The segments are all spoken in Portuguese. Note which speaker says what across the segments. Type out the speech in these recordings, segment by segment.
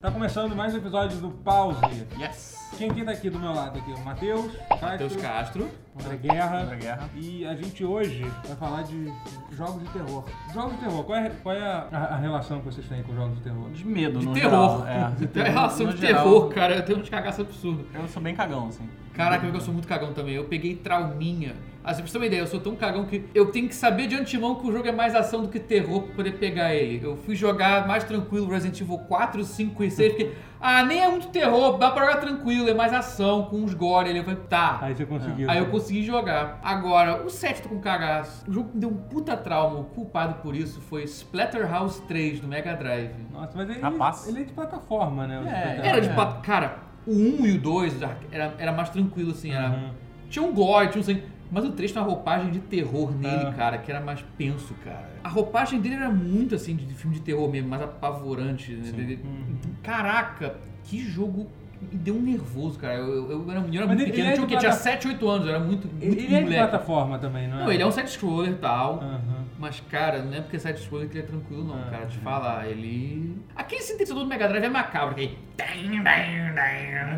Speaker 1: Tá começando mais um episódio do Pause.
Speaker 2: Yes!
Speaker 1: Quem, quem tá aqui do meu lado aqui? O Matheus,
Speaker 2: Matheus
Speaker 1: Castro,
Speaker 2: Castro.
Speaker 1: André Guerra.
Speaker 3: André Guerra.
Speaker 1: E a gente hoje vai falar de jogos de terror. Jogos de terror, qual é, qual é a, a- a relação que vocês têm com jogos de terror?
Speaker 3: De medo,
Speaker 2: De
Speaker 3: no
Speaker 2: terror.
Speaker 3: geral. É, de
Speaker 2: Tem uma relação
Speaker 3: no
Speaker 2: de
Speaker 3: geral.
Speaker 2: terror, cara. Eu tenho uns cagaços absurdos.
Speaker 3: Eu sou bem cagão, assim.
Speaker 2: Caraca, eu sou muito cagão também. Eu peguei trauminha. Assim, pra você ter uma ideia, eu sou tão cagão que eu tenho que saber de antemão que o jogo é mais ação do que terror pra poder pegar ele. Eu fui jogar mais tranquilo Resident Evil 4, 5 e 6, porque. Ah, nem é muito terror, dá pra jogar tranquilo, é mais ação, com uns gore. Ele vai. Tá.
Speaker 1: Aí você conseguiu. né?
Speaker 2: Aí eu consegui jogar. Agora, o 7 tô com cagaço. O jogo me deu um puta trauma. O culpado por isso foi Splatterhouse 3 do Mega Drive.
Speaker 1: Nossa, mas ele,
Speaker 3: Rapaz.
Speaker 1: ele é de plataforma, né? o
Speaker 3: É,
Speaker 1: Splatterhouse.
Speaker 2: Era de
Speaker 3: É.
Speaker 2: pato. Cara, o 1 e o 2 já era, era mais tranquilo, assim. Era,
Speaker 1: Uhum.
Speaker 2: Tinha um gore, tinha um sangue. Mas o 3 tinha uma roupagem de terror nele,
Speaker 1: É.
Speaker 2: cara, que era mais penso, cara. A roupagem dele era muito assim, de de filme de terror mesmo, mais apavorante. Né? De- de-
Speaker 1: Uhum.
Speaker 2: Caraca, que jogo. Me deu um nervoso, cara. Eu, eu, eu era, eu era
Speaker 1: Mas
Speaker 2: muito
Speaker 1: ele-
Speaker 2: pequeno.
Speaker 1: ele é
Speaker 2: tinha, o
Speaker 1: de
Speaker 2: quê? tinha
Speaker 1: plata-
Speaker 2: 7, 8 anos. eu Era muito, muito
Speaker 1: Ele, ele é de
Speaker 2: moleque.
Speaker 1: plataforma também, não é?
Speaker 2: Não, ele é um side-scroller e tal.
Speaker 1: Aham.
Speaker 2: Mas, cara, não é porque é side-scroller que ele é tranquilo, não,
Speaker 1: Ah,
Speaker 2: cara. Te
Speaker 1: uhum.
Speaker 2: falar, ele. Aquele sintetizador do Mega Drive é macabro, aquele.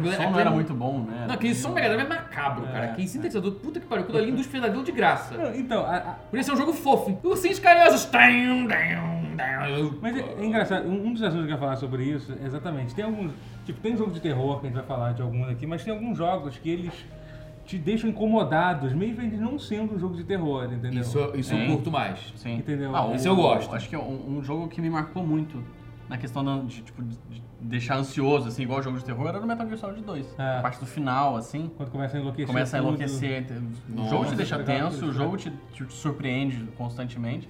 Speaker 3: O som não era muito bom, né?
Speaker 2: Não, aquele som do Mega Drive é macabro,
Speaker 3: É,
Speaker 2: cara. Aquele sintetizador, puta que pariu, aquilo ali induz pesadelo de graça.
Speaker 1: Não, Então, a- a-
Speaker 2: Podia ser um jogo fofo. E ursinhos carinhosos. Mas
Speaker 1: Mas é, é engraçado, um, um dos assuntos que eu ia falar sobre isso, é exatamente, tem alguns. Tipo, tem jogo de terror que a gente vai falar de alguns aqui, mas tem alguns jogos que eles te deixam incomodados, mesmo eles não sendo um jogo de terror, entendeu?
Speaker 2: Isso, isso eu
Speaker 3: Sim.
Speaker 2: curto mais.
Speaker 3: Sim.
Speaker 1: Entendeu?
Speaker 3: o-
Speaker 2: Esse eu gosto.
Speaker 3: Acho que é um, um jogo que me marcou muito na questão da- de, tipo, de de deixar ansioso, assim, igual jogo de terror, era no Metal Gear Solid 2.
Speaker 1: É.
Speaker 3: A parte do final, assim,
Speaker 1: Quando começa a enlouquecer.
Speaker 3: começa a
Speaker 1: tudo.
Speaker 3: enlouquecer. O
Speaker 2: Nossa,
Speaker 3: jogo te deixa
Speaker 1: legal,
Speaker 3: tenso, o
Speaker 1: isso,
Speaker 3: jogo te, te surpreende constantemente.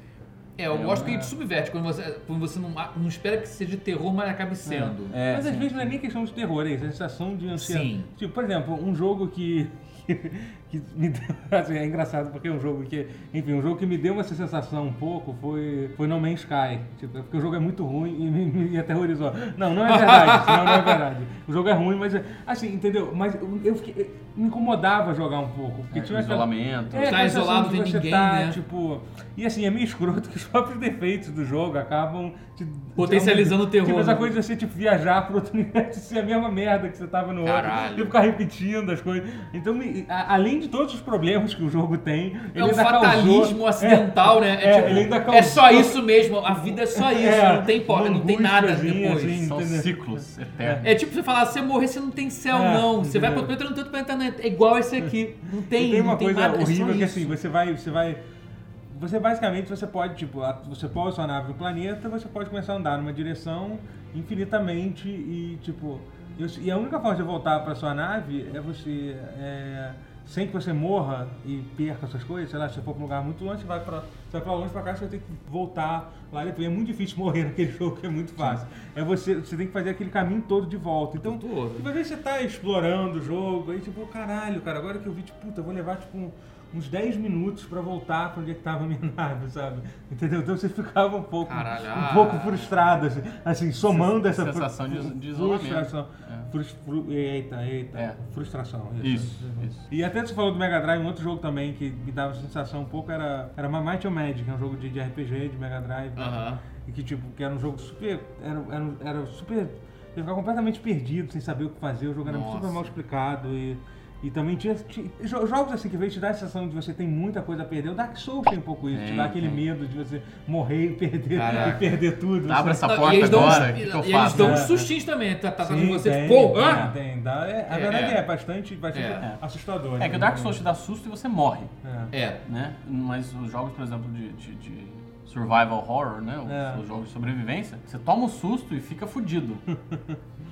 Speaker 2: É, eu
Speaker 3: É,
Speaker 2: gosto que
Speaker 1: é.
Speaker 2: ele te subverte quando você, quando você não, ah, não espera que seja de terror, mas acabe sendo.
Speaker 3: É,
Speaker 1: Mas às
Speaker 3: sim.
Speaker 1: vezes não é nem questão de terror, é isso, é sensação de ansiedade.
Speaker 2: Sim.
Speaker 1: Tipo, por exemplo, um jogo que. que me deu, assim, é engraçado porque é um jogo que. Enfim, um jogo que me deu essa sensação um pouco foi, foi No Man's Sky. Tipo, é porque o jogo é muito ruim e me, me aterrorizou. Não, não é verdade. não, não é verdade. O jogo é ruim, mas. é- Assim, entendeu? Mas eu, eu fiquei- me incomodava jogar um pouco. Porque
Speaker 3: É,
Speaker 1: tinha aquela-
Speaker 3: isolamento.
Speaker 1: é,
Speaker 2: Tá
Speaker 1: aquela sensação de
Speaker 2: isolado, tem
Speaker 1: você
Speaker 2: ninguém,
Speaker 1: tá,
Speaker 2: né?
Speaker 1: Tipo, e assim, é meio escroto que os próprios defeitos do jogo acabam te-
Speaker 2: Potencializando o terror,
Speaker 1: Tipo, essa
Speaker 2: né?
Speaker 1: coisa de você tipo, viajar pro outro universo e ser a mesma merda que você tava no
Speaker 2: Caralho.
Speaker 1: outro. E ficar repetindo as coisas. Então, me- a- além de todos os problemas que o jogo tem, ele
Speaker 2: É um
Speaker 1: ainda
Speaker 2: fatalismo
Speaker 1: causou,
Speaker 2: acidental, né? É,
Speaker 1: é,
Speaker 2: tipo,
Speaker 1: ele ainda
Speaker 2: é
Speaker 1: causou-
Speaker 2: só isso mesmo, a vida é só isso,
Speaker 1: É,
Speaker 2: não tem porta,
Speaker 1: uma
Speaker 2: não tem nada
Speaker 1: angústiazinha,
Speaker 2: depois.
Speaker 1: assim.
Speaker 3: São
Speaker 1: entendeu?
Speaker 3: ciclos eternos.
Speaker 2: É tipo você falar, se você morrer, você não tem céu,
Speaker 1: É,
Speaker 2: não. Você vai pro
Speaker 1: entendeu?
Speaker 2: planeta, não tem outro planeta, não. É igual esse aqui. Não
Speaker 1: E
Speaker 2: tem,
Speaker 1: tem uma
Speaker 2: não tem
Speaker 1: coisa
Speaker 2: nada, é só
Speaker 1: horrível que
Speaker 2: isso.
Speaker 1: assim, você vai, você vai. Você basicamente você pode, tipo, a- você pode sua nave no planeta, você pode começar a andar numa direção infinitamente e tipo. eu- e a única forma de voltar pra sua nave é você. é, sem que você morra e perca suas coisas, sei lá, se você for pra um lugar muito longe, você vai pra, você vai pra longe pra cá, você vai ter que voltar lá depois. É muito difícil morrer naquele jogo, que é muito fácil. É você, você tem que fazer aquele caminho todo de volta. Então,
Speaker 2: Todo.
Speaker 1: e às vezes você tá explorando o jogo, aí tipo, caralho, cara, agora que eu vi, tipo, puta, eu vou levar tipo um- uns 10 minutos pra voltar pra onde é que tava a minha nave, sabe? Entendeu? Então você ficava um pouco,
Speaker 2: Caralho, ah.
Speaker 1: um pouco frustrado, assim, assim, somando essa fru-
Speaker 3: sensação de-
Speaker 1: fru-
Speaker 3: de isolamento.
Speaker 1: Frustração.
Speaker 3: É.
Speaker 1: Frus- fru- eita, eita.
Speaker 3: É.
Speaker 1: Frustração.
Speaker 3: Isso, isso.
Speaker 1: E até você falou do Mega Drive, um outro jogo também que me dava sensação um pouco era, era Might and Magic, é um jogo de, de RPG de Mega Drive. né?
Speaker 2: Aham.
Speaker 1: E que, tipo, que era um jogo super. Era, era, um- era super. Você ficava completamente perdido, sem saber o que fazer, o jogo era
Speaker 2: Nossa.
Speaker 1: super mal explicado e. E também tinha, ti- jo- jogos assim que veio te dar a sensação de você tem muita coisa a perder. O Dark Souls tem um pouco isso, te
Speaker 3: Tem,
Speaker 1: dá aquele
Speaker 3: tem.
Speaker 1: medo de você morrer e perder, e
Speaker 2: Caraca.
Speaker 1: perder tudo. assim. você-
Speaker 3: Abre essa
Speaker 2: Não,
Speaker 3: porta
Speaker 2: e eles dão, uns-
Speaker 3: agora, o que, que eu
Speaker 2: e eles
Speaker 3: faço?
Speaker 2: dão
Speaker 3: É.
Speaker 2: uns sustinhos também, tá, tá, tá com
Speaker 1: Sim,
Speaker 2: você,
Speaker 1: tem,
Speaker 2: tipo, pô,
Speaker 1: tem,
Speaker 2: ah!
Speaker 1: tem, dá- é, a
Speaker 2: É,
Speaker 1: verdade
Speaker 2: é.
Speaker 1: é, bastante, bastante
Speaker 2: É.
Speaker 1: assustador. né?
Speaker 3: É que o Dark Souls te dá susto e você morre,
Speaker 1: É.
Speaker 2: É.
Speaker 3: né? Mas os jogos, por exemplo, de, de- de survival horror, né? Os,
Speaker 1: É.
Speaker 3: os jogos de sobrevivência, você toma o susto e fica fudido.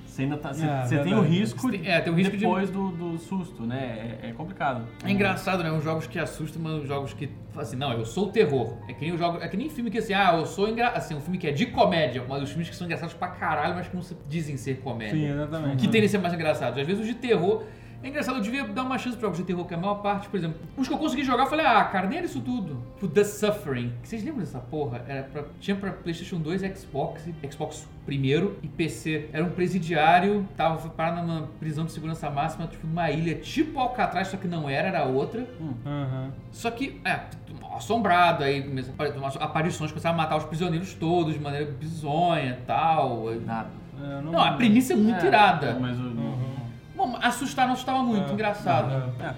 Speaker 3: você ainda tá, você,
Speaker 1: É,
Speaker 3: você tem o
Speaker 1: verdade.
Speaker 3: risco,
Speaker 2: Tem- é, tem o risco de-
Speaker 3: depois do, do susto, né? É, é complicado.
Speaker 2: É engraçado, né? Os jogos que assustam, mas os jogos que falam assim, não, eu sou o terror. É que nem o jogo, é que nem filme que assim, ah, eu sou engra... assim, um filme que é de comédia, mas os filmes que são engraçados pra caralho, mas que não se dizem ser comédia.
Speaker 1: Sim, exatamente.
Speaker 2: que tendem a ser mais engraçados. Às vezes os de terror. É engraçado, eu devia dar uma chance pra jogos de terror, que a maior parte, por exemplo, os que eu consegui jogar, eu falei, ah, cara, nem era isso tudo. Tipo, The Suffering. Vocês lembram dessa porra? Era pra- tinha pra PlayStation 2, Xbox, Xbox primeiro e PC. Era um presidiário, tava foi parar numa prisão de segurança máxima, tipo, numa ilha, tipo Alcatraz, só que não era, era outra.
Speaker 1: Aham.
Speaker 2: Só que, é, assombrado, aí começa a aparições, começaram a matar os prisioneiros todos de maneira bizonha e tal.
Speaker 3: Nada.
Speaker 1: Eu
Speaker 2: Não, a premissa é muito
Speaker 3: É,
Speaker 2: irada.
Speaker 3: Mas o.
Speaker 1: Uhum.
Speaker 2: Bom, assustar não assustava muito,
Speaker 1: É.
Speaker 2: engraçado.
Speaker 3: É.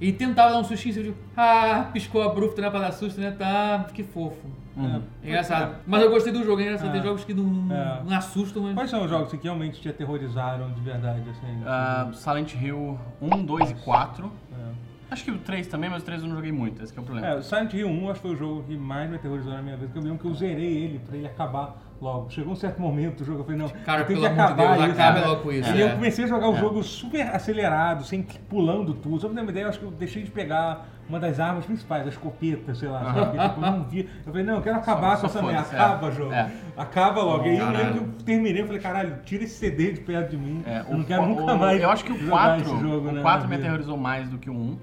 Speaker 2: E tentava dar um sustinho, tipo, ah, piscou a bruxa, né, pra dar susto, né, tá, que fofo.
Speaker 3: Uhum.
Speaker 2: É engraçado. Mas eu gostei do jogo, é engraçado.
Speaker 1: É.
Speaker 2: Tem jogos que não, não-
Speaker 1: É.
Speaker 2: não assustam, né? mas...
Speaker 1: Quais são os jogos que realmente te aterrorizaram de verdade, assim?
Speaker 3: Ah, Silent Hill 1, 2 e 4.
Speaker 1: É.
Speaker 3: Acho que o 3 também, mas o 3 eu não joguei muito, esse que é o problema.
Speaker 1: É, o Silent Hill 1 acho que foi o jogo que mais me aterrorizou na minha vida, porque eu me lembro que eu zerei ele pra ele acabar logo. Chegou um certo momento do jogo, eu falei, não,
Speaker 2: Cara,
Speaker 1: tem
Speaker 2: pelo
Speaker 1: que
Speaker 2: amor de
Speaker 1: acabar
Speaker 2: Deus,
Speaker 1: isso,
Speaker 2: acabe
Speaker 1: né?
Speaker 2: logo com isso,
Speaker 1: E
Speaker 2: é.
Speaker 1: eu comecei a jogar o jogo super acelerado, sem pulando tudo. Só pra ter uma ideia, eu acho que eu deixei de pegar uma das armas principais, a escopeta, sei lá. sabe? Porque, tipo, eu não vi. Eu falei, não, eu quero acabar com
Speaker 3: Só- só
Speaker 1: essa merda.
Speaker 3: foda-se, é.
Speaker 1: Acaba, jogo.
Speaker 3: É.
Speaker 1: Acaba logo. E aí eu me
Speaker 2: Caralho.
Speaker 1: lembro que eu terminei, eu falei, caralho, tira esse CD de perto de mim.
Speaker 3: É,
Speaker 1: eu não quero
Speaker 3: qua-
Speaker 1: nunca
Speaker 3: o-
Speaker 1: mais
Speaker 3: Eu acho que o
Speaker 1: jogar
Speaker 3: 4,
Speaker 1: esse jogo, né,
Speaker 3: o 4
Speaker 1: na
Speaker 3: me
Speaker 1: vida.
Speaker 3: aterrorizou mais do que o 1.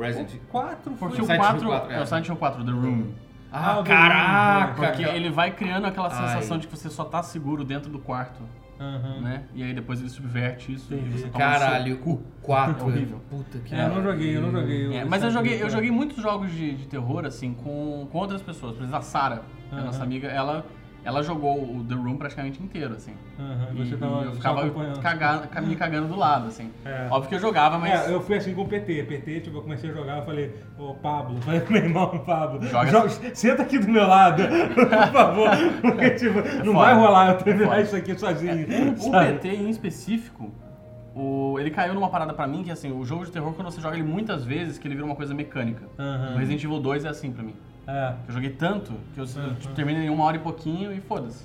Speaker 2: Resident...
Speaker 1: 4 foi...
Speaker 3: Porque o
Speaker 2: Silent Hill
Speaker 3: 4,
Speaker 2: 4,
Speaker 3: é. o
Speaker 2: é.
Speaker 3: Silent Hill 4, The Room.
Speaker 1: Ah,
Speaker 2: Ah,
Speaker 1: do-
Speaker 2: caraca!
Speaker 3: Porque ele vai criando aquela
Speaker 2: Ai.
Speaker 3: sensação de que você só tá seguro dentro do quarto,
Speaker 1: Aham.
Speaker 3: né? E aí depois ele subverte isso e
Speaker 1: Entendi.
Speaker 3: você toma
Speaker 2: Caralho, o 4.
Speaker 3: É horrível.
Speaker 2: Puta que...
Speaker 1: É, eu não joguei, eu não joguei.
Speaker 3: um
Speaker 1: o
Speaker 3: su- É, mas eu
Speaker 1: Silent
Speaker 3: joguei,
Speaker 1: Hill
Speaker 3: eu
Speaker 1: 4.
Speaker 3: joguei muitos jogos de, de terror, assim, com, com outras pessoas. Por exemplo, a Sarah, que é a nossa
Speaker 1: Aham.
Speaker 3: amiga, ela, ela jogou o The Room praticamente inteiro, assim.
Speaker 1: Aham,
Speaker 3: E,
Speaker 1: você tava
Speaker 3: e eu
Speaker 1: só
Speaker 3: ficava
Speaker 1: acompanhando.
Speaker 3: caga- ca- me cagando do lado, assim.
Speaker 1: É.
Speaker 3: Óbvio que eu jogava, mas.
Speaker 1: É, eu fui assim com o PT. PT, tipo, eu comecei a jogar, eu falei, ô Pablo, falei pro meu irmão, Pablo,
Speaker 3: Joga. assim.
Speaker 1: joga- senta aqui do meu lado, por favor, porque, tipo, não
Speaker 3: É foda.
Speaker 1: vai rolar eu terminar
Speaker 3: foda. É, um,
Speaker 1: isso aqui sozinho.
Speaker 3: O
Speaker 1: sabe?
Speaker 3: PT em específico, o- ele caiu numa parada pra mim que assim, o jogo de terror, quando você joga ele muitas vezes, que ele vira uma coisa mecânica.
Speaker 1: Aham.
Speaker 3: O Resident Evil 2 é assim pra mim.
Speaker 1: É.
Speaker 3: Eu joguei tanto que eu tipo, termino em uma hora e pouquinho e foda-se.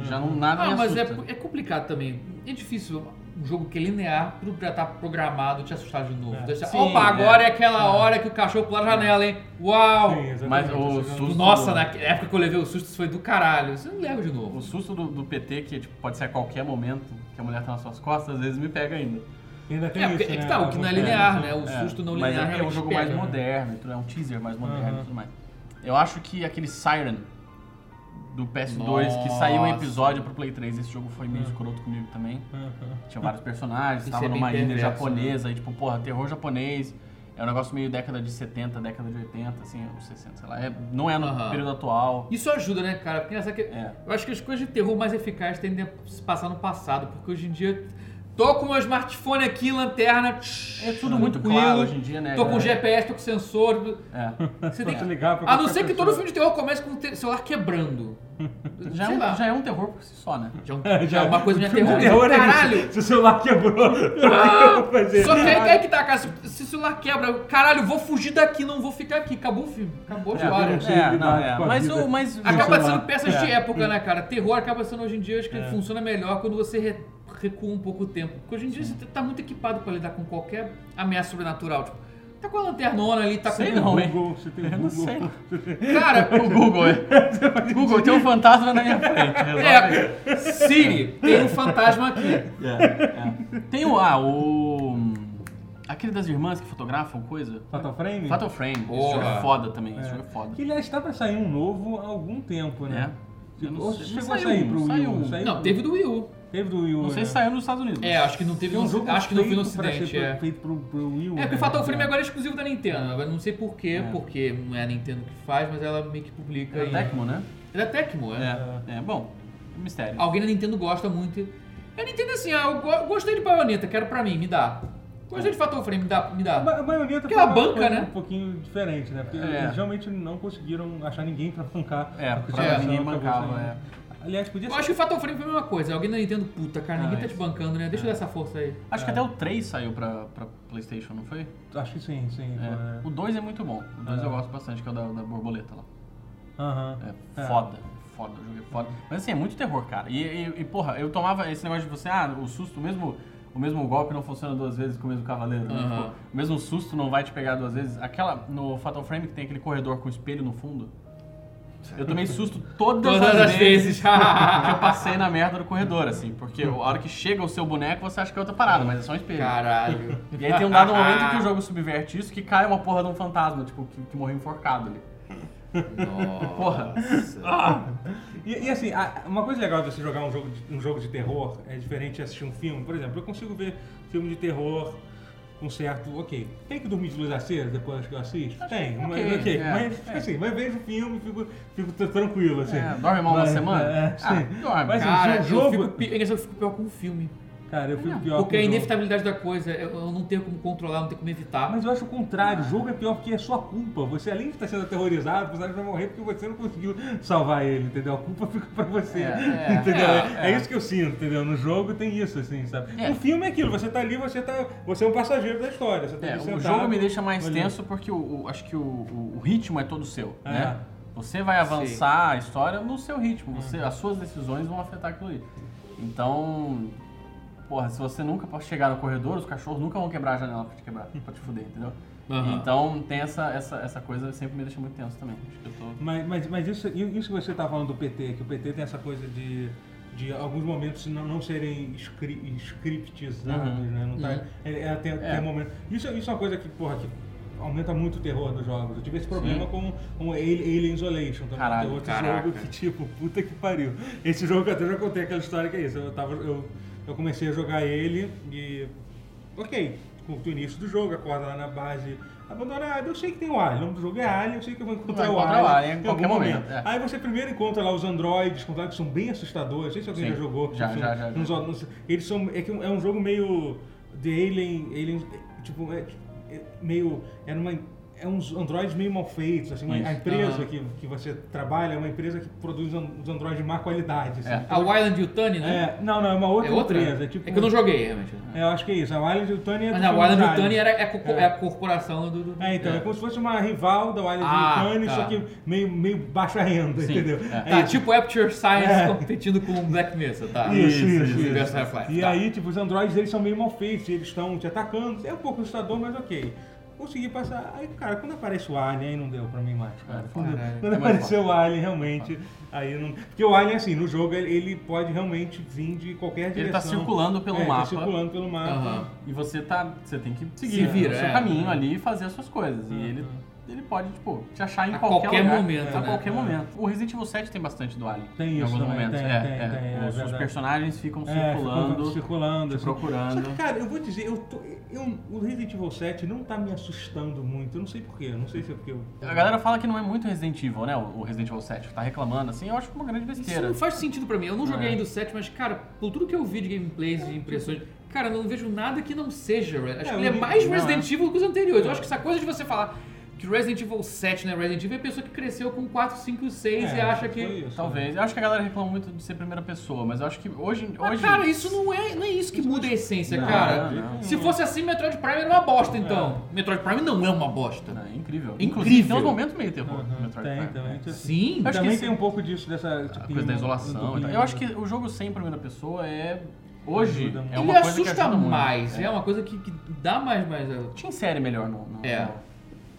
Speaker 3: Já não nada
Speaker 2: Ah,
Speaker 3: me
Speaker 2: mas é,
Speaker 3: assusta.
Speaker 2: é complicado também. É difícil um jogo que é linear pro- já tá programado te assustar de novo.
Speaker 1: É.
Speaker 2: Deve ser,
Speaker 3: Sim,
Speaker 2: Opa,
Speaker 3: é.
Speaker 2: agora é aquela hora que o cachorro pula a janela, hein? Uau!
Speaker 1: Sim, exatamente.
Speaker 3: Mas o
Speaker 1: Você-
Speaker 3: susto-
Speaker 2: Nossa, na época que eu levei o susto, isso foi do caralho. Você não leva de novo.
Speaker 3: O susto do, do PT, que tipo, pode ser a qualquer momento, que a mulher tá nas suas costas, às vezes me pega ainda.
Speaker 1: Ainda tem
Speaker 2: É,
Speaker 1: isso,
Speaker 2: porque é
Speaker 1: né?
Speaker 2: que tá, o que não é linear, né? O
Speaker 3: É,
Speaker 2: susto não
Speaker 3: mas
Speaker 2: linear
Speaker 3: é, é um
Speaker 2: realmente
Speaker 3: jogo
Speaker 2: pega,
Speaker 3: mais
Speaker 2: né?
Speaker 3: moderno, e tudo, é um teaser mais moderno
Speaker 1: Aham.
Speaker 3: e tudo mais. Eu acho que aquele Siren do PS2, que saiu um
Speaker 2: Nossa.
Speaker 3: episódio pro Play 3, esse jogo foi meio escroto comigo também.
Speaker 1: Aham.
Speaker 3: Tinha vários personagens,
Speaker 2: Isso
Speaker 3: tava
Speaker 2: é bem
Speaker 3: numa ilha
Speaker 2: perverso,
Speaker 3: japonesa, e tipo, porra, terror japonês. É um negócio meio década de 70, década de 80, assim, ou 60, sei lá. É- não é no
Speaker 2: Aham.
Speaker 3: período atual.
Speaker 2: Isso ajuda, né, cara? Porque essa que-
Speaker 3: É.
Speaker 2: eu acho que as coisas de terror mais eficazes tendem a se passar no passado, porque hoje em dia tô com meu smartphone aqui, lanterna,
Speaker 3: É tudo muito claro hoje em dia, né?
Speaker 2: tô com
Speaker 3: É.
Speaker 2: GPS, tô com sensor.
Speaker 3: É.
Speaker 2: Você tem
Speaker 1: Pode
Speaker 2: que...
Speaker 1: ligar pra
Speaker 2: A não
Speaker 1: qualquer
Speaker 2: ser que todo
Speaker 1: pessoa.
Speaker 2: filme de terror comece com o te- celular quebrando.
Speaker 3: Já, é
Speaker 2: Sei
Speaker 3: um,
Speaker 2: lá.
Speaker 3: já é um terror por si só, né?
Speaker 2: Já é um- já é uma coisa me
Speaker 1: O
Speaker 2: aterroriza.
Speaker 1: terror é
Speaker 2: Caralho!
Speaker 1: isso. Se o celular quebrou, eu
Speaker 3: Ah,
Speaker 1: vou fazer.
Speaker 2: Só que
Speaker 3: é
Speaker 2: aí, aí que tá, cara. Se, se o celular quebra, caralho, vou fugir daqui, não vou ficar aqui. Acabou o filme. Acabou a história.
Speaker 1: não sei
Speaker 3: é, não,
Speaker 1: lidar
Speaker 3: é.
Speaker 1: com a
Speaker 3: Mas,
Speaker 1: vida.
Speaker 3: o, mas
Speaker 2: Acaba
Speaker 1: Sei lá.
Speaker 2: sendo peças de
Speaker 3: É.
Speaker 2: época, né, cara? Terror acaba sendo hoje em dia, acho que
Speaker 1: É.
Speaker 2: funciona melhor quando você re- recua um pouco o tempo. Porque hoje em dia você tá muito equipado pra lidar com qualquer ameaça sobrenatural. Tipo, tá com a lanternona ali, tá
Speaker 3: Sei
Speaker 2: com.
Speaker 3: não, hein?
Speaker 1: Google, você tem o
Speaker 3: Eu não
Speaker 1: Google.
Speaker 3: sei.
Speaker 2: Cara,
Speaker 3: O Google, é. Google, tem um fantasma na minha frente. Resolve.
Speaker 2: é. Siri, tem um fantasma aqui.
Speaker 3: É, é. Tem o. Ah, o. Aquele das irmãs que fotografam coisa.
Speaker 1: Fatal Frame?
Speaker 3: Fatal Frame. Esse
Speaker 2: Porra.
Speaker 3: jogo é foda também. Esse
Speaker 1: É.
Speaker 3: jogo é foda.
Speaker 1: Que aliás tá pra sair um novo há algum tempo, né?
Speaker 3: É.
Speaker 1: Tipo,
Speaker 3: Eu não
Speaker 1: ou
Speaker 3: sei-
Speaker 1: chegou
Speaker 3: não
Speaker 1: a
Speaker 3: saiu
Speaker 1: sair
Speaker 3: um,
Speaker 1: pro Wii
Speaker 3: saiu
Speaker 1: U.
Speaker 3: um.
Speaker 1: saiu
Speaker 2: Não,
Speaker 1: pro-
Speaker 2: teve do Wii U.
Speaker 1: Teve do Wii U.
Speaker 3: Não sei
Speaker 1: né?
Speaker 3: se saiu nos Estados Unidos.
Speaker 2: É, acho que não teve
Speaker 1: Tem um
Speaker 2: no-
Speaker 1: jogo
Speaker 2: acho que não foi no
Speaker 1: feito pra ser
Speaker 2: Ocidente.
Speaker 1: pro-
Speaker 2: É.
Speaker 1: feito pro, pro Wii U.
Speaker 2: É, porque
Speaker 1: né?
Speaker 2: o Fatal Frame agora é exclusivo da Nintendo. Eu não sei porquê,
Speaker 3: Uhum. É.
Speaker 2: porque não é a Nintendo que faz, mas ela meio que publica.
Speaker 3: É
Speaker 2: e-
Speaker 3: Tecmo, né?
Speaker 2: É da Tecmo, é.
Speaker 3: É. É, bom. Mistério.
Speaker 2: Alguém da Nintendo gosta muito. E A Nintendo é assim, ah, eu go- gostei de Bayonetta, quero pra mim, me dá.
Speaker 3: É.
Speaker 2: Gostei de Fatal Frame, me dá, me
Speaker 1: A
Speaker 2: dá.
Speaker 1: ba- A maioria tá
Speaker 2: Porque ela
Speaker 1: fazendo uma
Speaker 2: banca,
Speaker 1: coisa
Speaker 2: né?
Speaker 1: Um pouquinho diferente, né? Porque
Speaker 3: É.
Speaker 1: eles realmente não conseguiram achar ninguém pra bancar.
Speaker 3: É,
Speaker 1: a
Speaker 3: pra
Speaker 1: continuação,
Speaker 3: ninguém
Speaker 1: acabou
Speaker 3: bancava, é.
Speaker 1: saindo. Aliás, podia
Speaker 2: Eu
Speaker 1: ser.
Speaker 2: acho que o Fatal Frame foi a mesma coisa. Alguém da Nintendo, puta, cara, ninguém
Speaker 3: Ah,
Speaker 2: tá te
Speaker 3: isso.
Speaker 2: bancando, né? Deixa eu dar essa força aí.
Speaker 3: Acho que até o 3 saiu pra, pra PlayStation, não foi?
Speaker 1: Acho que sim, sim.
Speaker 3: É.
Speaker 1: pô,
Speaker 3: O
Speaker 1: é.
Speaker 3: 2 é muito bom. O 2
Speaker 1: É.
Speaker 3: eu gosto bastante, que é o da, da borboleta lá.
Speaker 1: Aham.
Speaker 3: É foda. Foda, o jogo é foda. Mas assim, é muito terror, cara. E, e- e, porra, eu tomava esse negócio de você, ah, o susto, o mesmo, o mesmo golpe não funciona duas vezes com o mesmo cavaleiro. né?
Speaker 2: Aham.
Speaker 3: Tipo, o mesmo susto não vai te pegar duas vezes. Aquela, no Fatal Frame que tem aquele corredor com espelho no fundo. Eu tomei susto todas,
Speaker 2: Todas as vezes.
Speaker 3: que eu passei na merda do corredor, assim. Porque a hora que chega o seu boneco, você acha que é outra parada, mas é só um espelho.
Speaker 2: Caralho.
Speaker 3: E aí tem um dado momento que o jogo subverte isso, que cai uma porra de um fantasma, tipo, que, que morreu enforcado ali.
Speaker 2: Nossa. Ah,
Speaker 3: Porra.
Speaker 1: E, e assim, a- uma coisa legal de você jogar um jogo de, um jogo de terror é diferente de assistir um filme. Por exemplo, eu consigo ver filme de terror um certo, ok, tem que dormir de luz acesa depois que eu assisto? tem, mas,
Speaker 3: ok,
Speaker 1: ok,
Speaker 3: é,
Speaker 1: mas
Speaker 3: é.
Speaker 1: assim, mas vejo o filme e fico, fico t- tranquilo, assim.
Speaker 3: É, dorme mal uma
Speaker 1: Mas,
Speaker 3: semana?
Speaker 1: é,
Speaker 3: ah,
Speaker 1: sim.
Speaker 3: dorme.
Speaker 1: Mas,
Speaker 3: cara.
Speaker 2: Cara,
Speaker 1: o
Speaker 2: eu
Speaker 1: jogo-
Speaker 2: fico, pi- é engraçado que eu fico pior com o filme.
Speaker 1: Cara, eu fico pior
Speaker 2: Porque é
Speaker 1: com
Speaker 2: a
Speaker 1: o jogo.
Speaker 2: inevitabilidade da coisa, eu, eu não tenho como controlar, não tenho como evitar.
Speaker 1: tá, Mas eu acho o contrário, o jogo é pior porque é sua culpa. Você, além de estar sendo aterrorizado, o personagem vai morrer porque você não conseguiu salvar ele, entendeu? A culpa fica pra você,
Speaker 3: É, é,
Speaker 1: entendeu?
Speaker 3: é,
Speaker 1: É,
Speaker 3: é.
Speaker 1: isso que eu sinto, entendeu? No jogo tem isso, assim, sabe?
Speaker 3: É.
Speaker 1: No filme é aquilo, você tá ali, você tá. Você é um passageiro da história. Você tá
Speaker 3: É,
Speaker 1: ali
Speaker 3: o
Speaker 1: sentado,
Speaker 3: jogo me deixa mais
Speaker 1: olhando.
Speaker 3: tenso porque o, o- acho que o, o- o ritmo é todo seu,
Speaker 1: É.
Speaker 3: né? Você vai avançar a história no seu ritmo,
Speaker 1: Uhum.
Speaker 3: você- as suas decisões vão afetar aquilo ali. Então, porra, se você nunca pode chegar no corredor, os cachorros nunca vão quebrar a janela pra te quebrar, pra te fuder, entendeu?
Speaker 2: Aham.
Speaker 3: Então tem essa, essa, essa coisa que sempre me deixa muito tenso também. Acho que eu tô...
Speaker 1: Mas, mas, mas isso, isso que você tá falando do PT, que o PT tem essa coisa de, de alguns momentos não, não serem scri- scriptizados,
Speaker 3: Uhum.
Speaker 1: né? Não tá,
Speaker 2: Uhum.
Speaker 1: é, é, tem,
Speaker 3: É.
Speaker 1: tem momento. Isso, isso é uma coisa que, porra, que aumenta muito o terror dos jogos. Eu tive esse problema
Speaker 3: Sim.
Speaker 1: com, com Ali- Alien Isolation, também,
Speaker 3: Caralho,
Speaker 1: que é outro
Speaker 2: caraca.
Speaker 1: jogo que, tipo, puta que pariu. Esse jogo que até já contei aquela história que é isso. Eu, tava, eu, eu comecei a jogar ele e. Ok, curto o início do jogo, acorda lá na base abandonada. Eu sei que tem o Alien, o nome do jogo é Alien, eu sei que eu vou encontrar
Speaker 3: Vai
Speaker 1: o
Speaker 3: encontrar
Speaker 1: Alien,
Speaker 3: o Alien em
Speaker 1: algum
Speaker 3: qualquer momento, é.
Speaker 1: Aí você primeiro encontra lá os androides, com que são bem assustadores. Não sei se alguém
Speaker 3: Sim.
Speaker 1: já jogou.
Speaker 3: Já,
Speaker 1: São-
Speaker 3: já, já,
Speaker 1: uns-
Speaker 3: já.
Speaker 1: uns- eles são. É, que um- é um jogo meio. The Alien. Alien tipo, é, é meio. É numa. É uns androides meio mal feitos, assim, uma-
Speaker 3: Isso.
Speaker 1: a empresa
Speaker 2: Aham.
Speaker 1: que, que você trabalha é uma empresa que produz an- os androides de má qualidade. assim.
Speaker 3: É.
Speaker 2: A Wild Yutani, né?
Speaker 1: É, não, não, é uma outra,
Speaker 2: é outra?
Speaker 1: empresa. É, tipo,
Speaker 2: é que eu não joguei, realmente.
Speaker 1: É, eu acho que é isso. A Wild Yutani é
Speaker 2: Mas
Speaker 1: do
Speaker 2: a
Speaker 1: filme
Speaker 2: Wild
Speaker 1: dos
Speaker 2: Yutani
Speaker 1: aliens.
Speaker 2: era, é, co-
Speaker 1: É.
Speaker 2: é a corporação do... do-
Speaker 1: É, então, é. como se fosse uma rival da Wild
Speaker 2: Ah,
Speaker 1: Yutani,
Speaker 2: tá.
Speaker 1: só que meio, meio baixa renda,
Speaker 3: Sim,
Speaker 1: entendeu?
Speaker 3: é.
Speaker 2: Tá,
Speaker 1: isso.
Speaker 2: tipo Aperture Science
Speaker 1: É.
Speaker 2: competindo com o Black Mesa, tá?
Speaker 1: tipo Isso, isso, isso.
Speaker 2: O universo Half-Life,
Speaker 1: E
Speaker 2: tá.
Speaker 1: aí, tipo, os androides eles são meio mal feitos, eles estão te atacando. É um pouco assustador, mas ok. Consegui passar. Aí, cara, quando aparece o Alien, aí não deu pra mim mais, cara. Quando,
Speaker 2: Caralho.
Speaker 1: quando
Speaker 3: É mais
Speaker 1: apareceu o Alien, realmente, aí não. Porque o Alien, assim, no jogo, ele, ele pode realmente vir de qualquer direção.
Speaker 3: Ele tá circulando pelo
Speaker 1: É, ele
Speaker 3: mapa.
Speaker 1: Tá circulando pelo mapa.
Speaker 2: Aham.
Speaker 3: E você tá. Você tem que seguir
Speaker 2: Se vira,
Speaker 3: o seu
Speaker 2: é.
Speaker 3: caminho ali e fazer as suas coisas.
Speaker 1: Uhum.
Speaker 3: E ele, ele pode, tipo, te achar em
Speaker 2: A
Speaker 3: qualquer,
Speaker 2: qualquer
Speaker 3: lugar,
Speaker 2: momento,
Speaker 3: A
Speaker 2: né?
Speaker 3: qualquer
Speaker 2: É.
Speaker 3: momento. O Resident Evil 7 tem bastante do Alien.
Speaker 1: Tem
Speaker 3: em
Speaker 1: isso
Speaker 3: alguns
Speaker 1: também,
Speaker 3: momentos.
Speaker 1: tem,
Speaker 3: é,
Speaker 1: tem,
Speaker 3: é.
Speaker 1: tem, é
Speaker 3: Os, os
Speaker 1: verdade.
Speaker 3: personagens ficam
Speaker 1: É,
Speaker 3: circulando.
Speaker 1: ficam circulando,
Speaker 3: te
Speaker 1: assim.
Speaker 3: procurando.
Speaker 1: Só que, cara, eu vou dizer, eu tô, eu- o Resident Evil 7 não tá me assustando muito. Eu não sei porquê. Eu não sei se é porque eu.
Speaker 3: A galera fala que não é muito Resident Evil, né? O o Resident Evil 7 tá reclamando, assim, eu acho uma grande
Speaker 2: Isso
Speaker 3: besteira.
Speaker 2: não faz sentido pra mim. Eu não joguei
Speaker 3: É.
Speaker 2: ainda o 7, mas, cara, por tudo que eu vi de gameplays, de impressões, cara, eu não vejo nada que não seja. Re- Acho
Speaker 1: É,
Speaker 2: que ele é
Speaker 1: eu-
Speaker 2: mais
Speaker 3: não,
Speaker 2: Resident Evil que os anteriores. Eu acho que essa coisa de você falar que Resident Evil 7 não é Resident Evil é a pessoa que cresceu com 4, 5, 6 e
Speaker 1: É,
Speaker 2: acha
Speaker 1: foi
Speaker 2: que.
Speaker 1: isso, né?
Speaker 3: Talvez. Eu acho que a galera reclama muito de ser primeira pessoa, mas eu acho que hoje.
Speaker 2: Mas,
Speaker 3: hoje...
Speaker 2: Ah, cara, isso não é, não é isso que muda a essência,
Speaker 3: Não,
Speaker 2: cara.
Speaker 3: não, não.
Speaker 2: Se fosse assim, Metroid Prime era uma bosta, então. Metroid Prime não é uma bosta.
Speaker 3: É incrível.
Speaker 2: Incrível.
Speaker 3: Inclusive, tem uns momentos meio terror. no
Speaker 1: Aham,
Speaker 3: Metroid
Speaker 1: Tem,
Speaker 3: Prime, né?
Speaker 1: também. tem-
Speaker 2: Sim,
Speaker 3: Acho que
Speaker 1: Também
Speaker 3: esse-
Speaker 1: tem um pouco disso, dessa tipo,
Speaker 3: A coisa da isolação. e tal.
Speaker 1: né?
Speaker 3: Eu acho que o jogo sem primeira pessoa é. Hoje
Speaker 1: Ajuda muito.
Speaker 3: é uma
Speaker 2: ele
Speaker 3: coisa que
Speaker 2: assusta
Speaker 3: ajuda muito.
Speaker 2: mais. É.
Speaker 3: É.
Speaker 2: uma coisa que, que dá mais, mais.
Speaker 3: Te insere melhor no, no-
Speaker 2: É.
Speaker 3: no-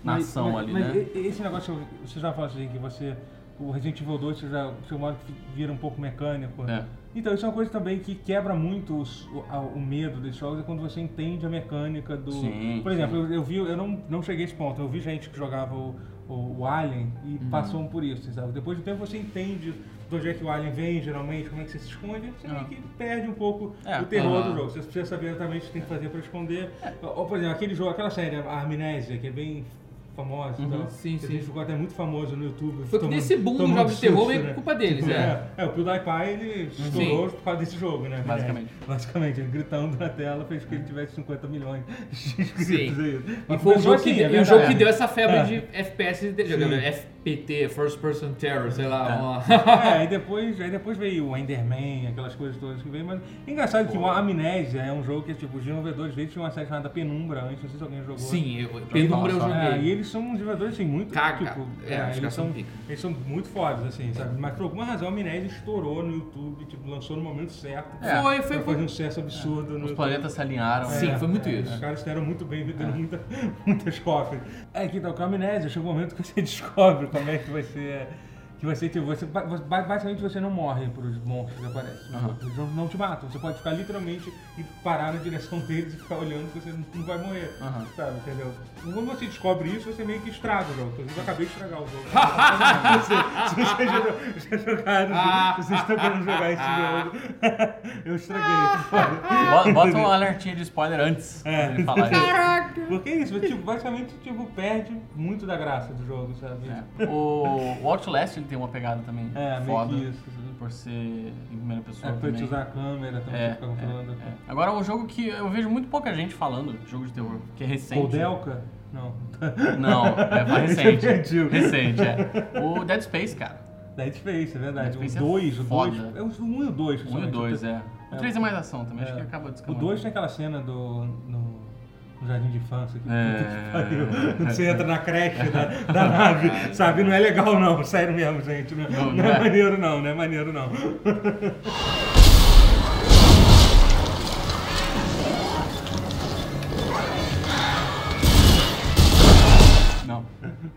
Speaker 3: na ação ali,
Speaker 1: mas
Speaker 3: né?
Speaker 1: e- Esse negócio, que você já falou assim, que você. O Resident Evil 2, você já seu modo que vira um pouco mecânico.
Speaker 3: É.
Speaker 1: Então, isso é uma coisa também que quebra muito os- o, a- o medo desses jogos, é quando você entende a mecânica do.
Speaker 3: Sim,
Speaker 1: Por exemplo, eu, eu vi, eu não, não cheguei a esse ponto, eu vi gente que jogava o, o, o Alien e
Speaker 3: Uhum.
Speaker 1: passou por isso, sabe? Depois do tempo você entende de onde é que o Alien vem, geralmente, como é que você se esconde, você meio que perde um pouco
Speaker 3: Ah. É,
Speaker 1: o terror
Speaker 2: aham.
Speaker 1: do jogo. Você precisa saber exatamente o que tem que fazer para esconder.
Speaker 2: É.
Speaker 1: Ou, por exemplo, aquele jogo, aquela série, né? a Amnésia, que é bem famosa. Então,
Speaker 2: Uhum. Sim,
Speaker 1: que a
Speaker 2: sim.
Speaker 1: gente ficou até muito famoso no YouTube.
Speaker 2: Foi que
Speaker 1: tomando-
Speaker 2: nesse boom dos
Speaker 1: tomando
Speaker 2: jogos de terror
Speaker 1: susto,
Speaker 2: meio
Speaker 1: né?
Speaker 2: por culpa deles, é. Uhum.
Speaker 1: É, o PewDiePie, ele estourou por causa desse jogo, né?
Speaker 3: Basicamente.
Speaker 1: É, basicamente, ele gritando na tela fez com que ele tivesse 50 milhões de
Speaker 2: Sim.
Speaker 1: inscritos aí.
Speaker 2: E
Speaker 1: Mas
Speaker 2: foi o
Speaker 1: começou
Speaker 2: jogo, que,
Speaker 1: assim, é
Speaker 2: e o jogo que
Speaker 1: verdade.
Speaker 2: deu essa febre
Speaker 1: É.
Speaker 2: de FPS, de, FPT, First Person Terror, sei lá. uma-
Speaker 1: É, e depois, aí depois veio o Enderman, aquelas coisas todas que veio, mas engraçado que o Amnésia é um jogo que, tipo, os desenvolvedores dele tinham uma série chamada Penumbra antes, não sei se alguém jogou.
Speaker 2: Sim, eu, Penumbra eu
Speaker 3: falar
Speaker 1: É, e
Speaker 2: joguei.
Speaker 1: eles são uns desenvolvedores, assim, muito.
Speaker 2: Caga.
Speaker 1: Tipo,
Speaker 2: É, os
Speaker 1: eles,
Speaker 2: caras são
Speaker 1: são,
Speaker 2: pica.
Speaker 1: eles são muito fodas, assim, sabe? Mas por alguma razão a Amnésia estourou no YouTube, tipo, lançou no momento certo.
Speaker 2: Foi,
Speaker 3: É.
Speaker 1: Foi,
Speaker 2: foi,
Speaker 1: foi
Speaker 2: foi.
Speaker 1: um sucesso absurdo no
Speaker 3: Os
Speaker 1: YouTube.
Speaker 3: planetas se alinharam.
Speaker 2: Sim,
Speaker 3: né?
Speaker 2: foi muito isso.
Speaker 1: Os caras deram muito bem, vendendo muita, tá muitas cópias. É que então, com a amnésia, chega o momento que você descobre como é que você é. Que você, tipo, você, ba- ba- basicamente você não morre pros monstros que aparecem. Eles não, não te matam. Você pode ficar literalmente e parar na direção deles e ficar olhando que você não vai morrer.
Speaker 3: Aham.
Speaker 1: Sabe, entendeu? Quando você descobre isso, você meio que estraga o jogo. Inclusive, eu acabei de estragar o jogo. se você já, já jogaram, se vocês estão querendo jogar esse jogo, eu estraguei. foda.
Speaker 3: Bo- Bota um alertinha de spoiler antes
Speaker 1: É.
Speaker 3: de falar isso.
Speaker 1: Porque é isso, mas, tipo, basicamente tipo, perde muito da graça do jogo, sabe?
Speaker 3: É. O, o Outlast ele tem uma pegada também
Speaker 1: É, meio
Speaker 3: foda.
Speaker 1: que isso.
Speaker 3: Por ser em primeira pessoa.
Speaker 1: É pra te
Speaker 3: também.
Speaker 1: usar a câmera, também
Speaker 3: É,
Speaker 1: pra ficar controlando.
Speaker 3: é, é. Agora, um jogo que eu vejo muito pouca gente falando, jogo de terror, que é recente.
Speaker 1: Goldelka? Não.
Speaker 3: Não, é mais
Speaker 1: Esse é
Speaker 3: recente.
Speaker 1: bem antigo.
Speaker 3: recente, é. O Dead Space, cara.
Speaker 1: Dead Space, é verdade.
Speaker 3: Dead Space
Speaker 1: o
Speaker 3: é
Speaker 1: 2, o 2.
Speaker 3: foda.
Speaker 1: É o 1 e o 2.
Speaker 3: Um e o 2, é. O 3 é mais ação também, acho que acaba
Speaker 1: O
Speaker 3: descambando.
Speaker 1: 2 tem aquela cena do. No, no jardim de infância. Que
Speaker 3: É.
Speaker 1: puta que pariu. Você entra na creche da, da nave, sabe? Não é legal, não. Sério mesmo, gente. Não,
Speaker 3: Não,
Speaker 1: não
Speaker 3: não
Speaker 1: é
Speaker 3: é.
Speaker 1: maneiro, não. Não é maneiro, não.
Speaker 3: Não.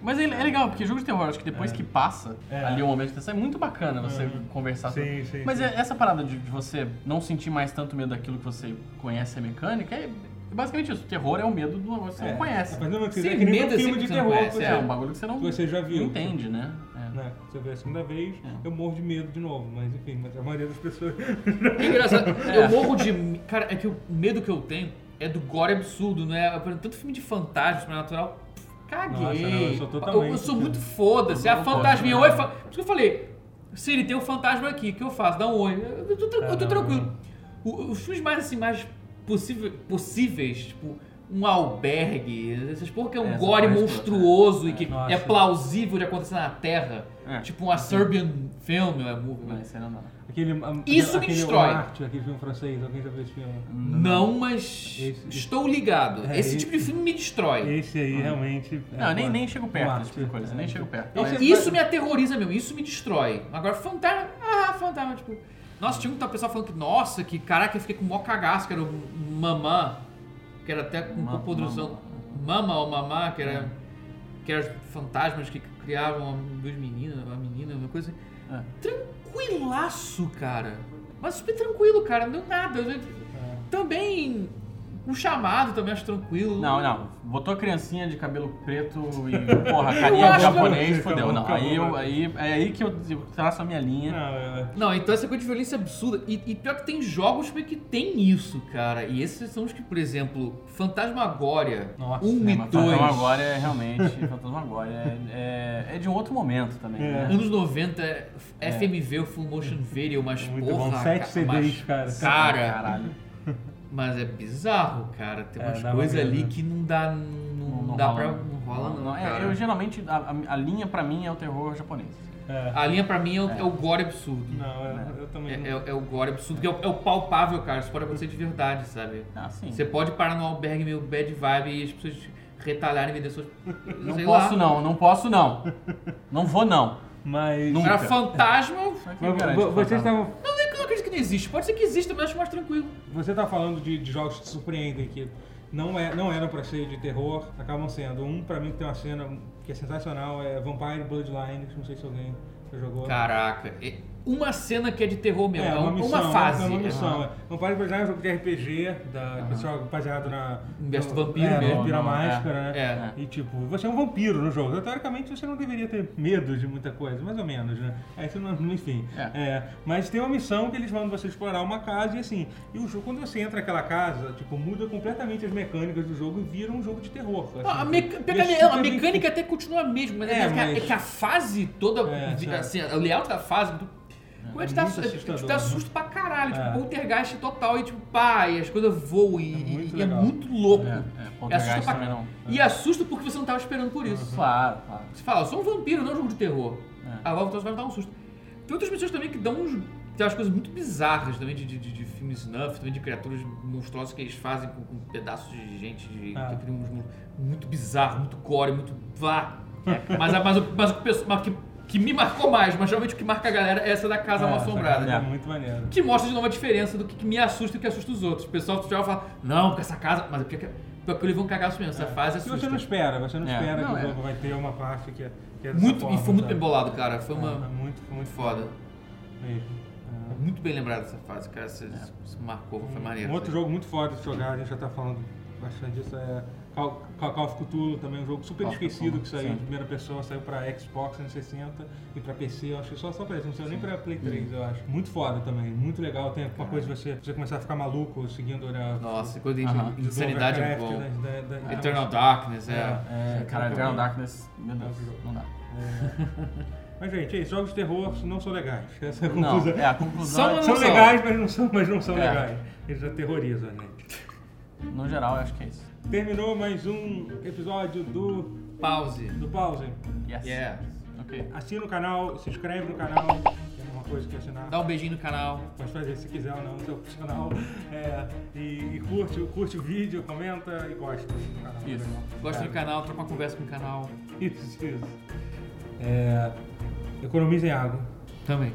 Speaker 3: Mas é, é legal, porque jogo de terror, acho que depois que passa
Speaker 1: É.
Speaker 3: ali o momento de tensão, é muito bacana você conversar
Speaker 1: Sim,
Speaker 3: sobre.
Speaker 1: sim,
Speaker 3: Mas
Speaker 1: sim.
Speaker 3: é- essa parada de, de você não sentir mais tanto medo daquilo que você conhece a mecânica é basicamente isso. O terror é o medo do negócio que você não
Speaker 1: É,
Speaker 3: conhece.
Speaker 1: mas não, é que
Speaker 2: Sem
Speaker 1: é que nem
Speaker 2: medo,
Speaker 1: um filme
Speaker 2: sempre
Speaker 1: de
Speaker 2: que você não
Speaker 1: terror.
Speaker 2: conhece,
Speaker 1: por
Speaker 3: É, um
Speaker 1: exemplo.
Speaker 3: bagulho que você não,
Speaker 1: Você já viu.
Speaker 3: não entende, né? É.
Speaker 1: né? Se eu ver a segunda vez, eu morro de medo de novo. Mas enfim, mas a maioria das pessoas.
Speaker 2: É engraçado. Eu morro de. Cara, é que o medo que eu tenho é do gore absurdo, não é? Por exemplo, Tanto filme de fantasma, sobrenatural. pff, Caguei.
Speaker 1: Nossa, não, eu sou
Speaker 2: eu,
Speaker 1: totalmente-
Speaker 2: eu sou muito foda-se.
Speaker 3: Eu
Speaker 2: A
Speaker 3: não
Speaker 2: fantasma
Speaker 3: gosto,
Speaker 2: em
Speaker 3: né?
Speaker 2: oi. fa- Por isso que eu falei. Se ele tem um fantasma aqui, o que eu faço? Dá um oi. Eu tô, tran- eu tô
Speaker 1: não,
Speaker 2: tranquilo. O- os filmes mais assim, mais possível- possíveis, tipo. Um albergue, essas porra que é um
Speaker 3: É, essa
Speaker 2: gore
Speaker 3: porra é
Speaker 2: monstruoso e que
Speaker 1: Nossa.
Speaker 2: é plausível de acontecer na Terra.
Speaker 3: É.
Speaker 2: Tipo um Serbian film, é movie.
Speaker 3: Mas isso não dá.
Speaker 1: Aquele, a-
Speaker 2: Isso me
Speaker 1: aquele
Speaker 2: destrói.
Speaker 1: Marte, aquele filme francês, alguém já viu esse filme?
Speaker 3: Hum.
Speaker 2: Não, mas
Speaker 3: É
Speaker 1: Esse-
Speaker 2: estou ligado.
Speaker 1: É,
Speaker 2: esse
Speaker 1: esse-
Speaker 2: tipo de filme me destrói.
Speaker 1: Esse aí realmente.
Speaker 3: Hum.
Speaker 1: é
Speaker 3: Não, nem, nem chego perto desse tipo de
Speaker 1: Marte.
Speaker 3: coisa, nem chego perto.
Speaker 1: É. Esse-
Speaker 3: Mas-
Speaker 1: Esse-
Speaker 2: É, Isso me aterroriza mesmo, isso me destrói. Agora, fantasma, ah, fantasma, tipo... Nossa, tinha muita pessoa falando que, nossa, que caraca, eu fiquei com o maior cagaço, que era o Mamã, que era até com
Speaker 3: Ma-
Speaker 2: coprodução... Mama ou Mamá, que era... Que eram os fantasmas que criavam duas meninas, uma menina, uma coisa assim.
Speaker 3: É.
Speaker 2: Tranquilaço, cara. Mas super tranquilo, cara, não deu nada.
Speaker 3: É.
Speaker 2: Eu- Também... O chamado também acho tranquilo.
Speaker 3: Não, não. Botou a criancinha de cabelo preto e, porra, carinha de
Speaker 2: acho-
Speaker 3: japonês,
Speaker 1: Acabou,
Speaker 3: fodeu. Não, aí, eu,
Speaker 1: acabou.
Speaker 3: aí é aí que eu eu traço a minha linha.
Speaker 1: Não, é-
Speaker 2: Não, então essa coisa de violência absurda. E, e pior que tem jogos meio que tem isso, cara. E esses são os que, por exemplo, Fantasmagória
Speaker 1: Nossa,
Speaker 2: 1
Speaker 3: É,
Speaker 2: e 2.
Speaker 3: mas Fantasma agora é realmente. Fantasma agora é, é, é de um outro momento também.
Speaker 1: É.
Speaker 3: Né?
Speaker 2: Anos 90, FMV, o Full Motion Video, mas
Speaker 1: Muito
Speaker 2: porra.
Speaker 1: bom. Sete
Speaker 2: ca-
Speaker 1: CDs,
Speaker 2: mas-
Speaker 1: cara.
Speaker 2: Cara,
Speaker 3: Caralho.
Speaker 2: mas é bizarro, cara. Tem
Speaker 1: É,
Speaker 2: umas
Speaker 1: dá
Speaker 2: coisas
Speaker 1: uma
Speaker 2: ali
Speaker 1: grana.
Speaker 2: que não dá. Não,
Speaker 3: não
Speaker 2: dá
Speaker 3: rola,
Speaker 2: pra.
Speaker 3: não.
Speaker 2: Não rola, não.
Speaker 3: Não, é,
Speaker 2: cara.
Speaker 3: eu geralmente, a, a- a linha pra mim é o terror japonês.
Speaker 1: é.
Speaker 2: A linha pra mim é o, é o gore absurdo.
Speaker 1: Não, eu, eu também.
Speaker 2: É,
Speaker 1: não-
Speaker 2: é- é o gore absurdo, que é o, é o palpável, cara. Isso pode acontecer de verdade, sabe?
Speaker 3: Ah, sim.
Speaker 2: Você pode parar num albergue meio bad vibe e as pessoas retalharem e vender suas.
Speaker 3: Não
Speaker 2: sei
Speaker 3: posso
Speaker 2: lá.
Speaker 3: não, não posso não. Não vou não.
Speaker 1: Mas.
Speaker 3: Não-
Speaker 2: Era
Speaker 3: Nunca.
Speaker 2: fantasma.
Speaker 3: Como é que
Speaker 1: Mas
Speaker 3: garante
Speaker 1: vo- vocês
Speaker 3: fantasma?
Speaker 1: estavam
Speaker 2: Não, não é que eu não acredito que não existe. Pode ser que exista, mas acho mais tranquilo.
Speaker 1: Você tá falando de, de jogos que te surpreendem, que não, é, não eram pra ser de terror, acabam sendo. Um, pra mim, que tem uma cena que é sensacional, é Vampire Bloodlines, não sei se alguém já jogou.
Speaker 2: Caraca, é uma cena que é de terror mesmo. É,
Speaker 1: é
Speaker 2: uma,
Speaker 1: missão, né?
Speaker 2: fase.
Speaker 1: É uma missão.
Speaker 2: Aham.
Speaker 1: é. Vampire Bloodlines é um jogo de RPG, da que pessoal baseado na.
Speaker 2: Universo
Speaker 1: no-
Speaker 2: do vampiro
Speaker 1: é,
Speaker 2: mesmo.
Speaker 1: Vampira
Speaker 3: Não, não,
Speaker 1: Máscara,
Speaker 2: é.
Speaker 1: né? E tipo, você é um vampiro no jogo. Teoricamente você não deveria ter medo de muita coisa, mais ou menos, né? Aí você não. Enfim.
Speaker 3: É.
Speaker 1: É, mas tem uma missão que eles mandam você explorar uma casa e assim, e o jogo, quando você entra naquela casa, tipo, muda completamente as mecânicas do jogo e vira um jogo de terror. assim.
Speaker 2: Não, Ah, a, meca-
Speaker 1: E é
Speaker 2: pega-
Speaker 1: super
Speaker 2: a
Speaker 1: bem
Speaker 2: mecânica até continua a mesma, mas,
Speaker 1: É,
Speaker 2: é, que a- é
Speaker 1: mas-
Speaker 2: que a fase toda,
Speaker 1: É,
Speaker 2: de-
Speaker 1: sabe?
Speaker 2: assim, o layout da fase, tu, como é que
Speaker 1: é
Speaker 2: te dá,
Speaker 1: muito
Speaker 2: su- te
Speaker 1: assustador,
Speaker 2: dá
Speaker 1: né?
Speaker 2: susto pra caralho,
Speaker 1: É.
Speaker 2: tipo, poltergeist total, e tipo, pá, e as coisas voam, e e- e é
Speaker 1: muito
Speaker 2: muito,
Speaker 1: legal.
Speaker 2: louco.
Speaker 3: É, é,
Speaker 2: E assusta
Speaker 3: poltergeist
Speaker 2: pra
Speaker 3: também não.
Speaker 2: E assusta porque você não tava esperando por isso.
Speaker 3: Claro, claro.
Speaker 2: Você fala, eu sou um vampiro, não um jogo de terror.
Speaker 3: É.
Speaker 2: A Valve vai dar um susto. Tem outras pessoas também que dão uns. Tem umas coisas muito bizarras também de, de, de- de filmes snuff, também de criaturas monstruosas que eles fazem com, com pedaços de gente, de,
Speaker 1: Ah.
Speaker 2: que criam uns mon- muito bizarro, muito gore, muito. vá. mas, a- mas, o- mas, o que pessoa- mas que, que me marcou mais, mas realmente o que marca a galera é essa da Casa
Speaker 1: É,
Speaker 2: Mal
Speaker 1: essa
Speaker 2: Assombrada. né?
Speaker 1: casa É muito maneiro.
Speaker 2: Que mostra de novo a diferença do que, que me assusta e o que assusta os outros. O pessoal do fala, não, porque essa casa. Mas é porque. Porque aquilo vão cagaço mesmo. Essa fase
Speaker 1: Que É. você não
Speaker 2: assusta.
Speaker 1: espera, você não
Speaker 3: É.
Speaker 1: espera
Speaker 2: Não,
Speaker 1: que
Speaker 2: é.
Speaker 1: o jogo vai ter uma parte que é, que é dessa
Speaker 2: Muito,
Speaker 1: forma,
Speaker 2: e foi muito
Speaker 1: sabe?
Speaker 2: bem bolado, cara. Foi
Speaker 1: É,
Speaker 2: uma.
Speaker 1: muito, foi muito
Speaker 2: Foda.
Speaker 1: mesmo. É.
Speaker 2: Muito bem lembrado essa fase, cara. Você você marcou, foi maneiro.
Speaker 1: Um outro
Speaker 2: foi.
Speaker 1: jogo muito foda de jogar, a gente já tá falando bastante disso, é Call, Call Call of Cthulhu também, um jogo super
Speaker 3: Call of
Speaker 1: esquecido
Speaker 3: Cthulhu,
Speaker 1: que saiu
Speaker 3: sim.
Speaker 1: em primeira pessoa, saiu pra Xbox 360 e pra PC, eu acho que só, só pra isso, não saiu nem pra Play
Speaker 3: Hum.
Speaker 1: 3, eu acho. Muito foda também, muito legal, tem uma coisa de você, você começar a ficar maluco seguindo né, a...
Speaker 2: Nossa, coisa de
Speaker 3: Aham.
Speaker 2: de insanidade é
Speaker 1: Lovecraft,
Speaker 2: bom.
Speaker 1: né, da- da-
Speaker 2: Eternal Darkness, é.
Speaker 3: É, cara, Eternal Darkness, meu Deus, não dá.
Speaker 1: Mas, gente, é isso, jogos de terror não são legais, essa é a
Speaker 3: Não,
Speaker 1: conclusão.
Speaker 3: é a conclusão.
Speaker 2: Só uma-
Speaker 3: é-
Speaker 1: São
Speaker 2: não são.
Speaker 1: legais, mas não são, mas não são
Speaker 3: É.
Speaker 1: legais. Eles aterrorizam a gente.
Speaker 3: No geral, eu acho que é isso.
Speaker 1: Terminou mais um episódio do,
Speaker 2: Pause.
Speaker 1: do Pause.
Speaker 3: Yes.
Speaker 2: Yeah.
Speaker 3: Ok.
Speaker 1: Assina o canal, se inscreve no canal. Tem alguma coisa que assinar?
Speaker 2: Dá um beijinho no canal.
Speaker 1: Pode fazer se quiser ou não, isso é opcional. É, e e curte, curte o vídeo, comenta e gosta do canal. né? É.
Speaker 3: Isso.
Speaker 2: Gosta do canal, troca uma conversa com o canal.
Speaker 1: Isso, isso. É, economizem água.
Speaker 2: Também.